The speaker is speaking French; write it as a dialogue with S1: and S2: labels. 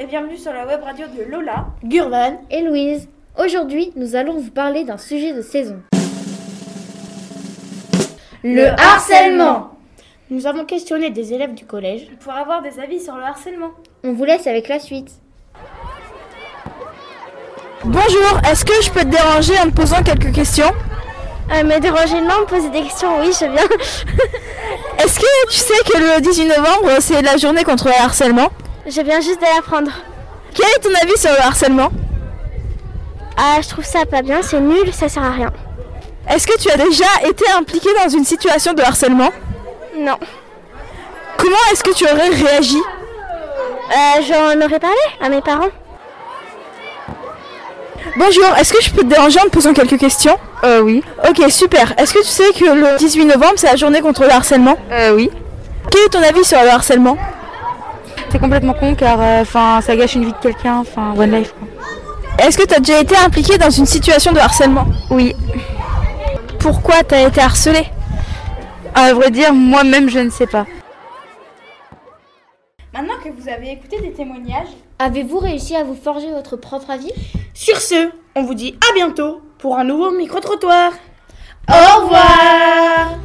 S1: et bienvenue sur la web radio de Lola.
S2: Gurvan,
S3: et Louise. Aujourd'hui, nous allons vous parler d'un sujet de saison.
S2: le harcèlement. Nous avons questionné des élèves du collège.
S1: Pour avoir des avis sur le harcèlement.
S3: On vous laisse avec la suite.
S4: Bonjour, est-ce que je peux te déranger en te posant quelques questions
S5: mais déranger non, me poser des questions, oui, je viens.
S4: Est-ce que tu sais que le 18 novembre, c'est la journée contre le harcèlement
S5: Je viens juste de l'apprendre.
S4: Quel est ton avis sur le harcèlement
S5: Ah, je trouve ça pas bien, c'est nul, ça sert à rien.
S4: Est-ce que tu as déjà été impliqué dans une situation de harcèlement
S5: Non.
S4: Comment est-ce que tu aurais réagi
S5: Euh, j'en aurais parlé à mes parents.
S4: Bonjour, est-ce que je peux te déranger en te posant quelques questions
S6: Euh, oui.
S4: Ok, super. Est-ce que tu sais que le 18 novembre, c'est la journée contre le harcèlement
S6: Euh, oui.
S4: Quel est ton avis sur le harcèlement
S6: C'est complètement con car euh, enfin ça gâche une vie de quelqu'un, enfin one life quoi.
S4: Est-ce que tu as déjà été impliqué dans une situation de harcèlement
S6: Oui.
S4: Pourquoi tu as été harcelé
S6: À vrai dire, moi-même je ne sais pas.
S1: Maintenant que vous avez écouté des témoignages,
S3: Avez-vous réussi à vous forger votre propre avis
S2: Sur ce, on vous dit à bientôt pour un nouveau micro-trottoir.
S1: au revoir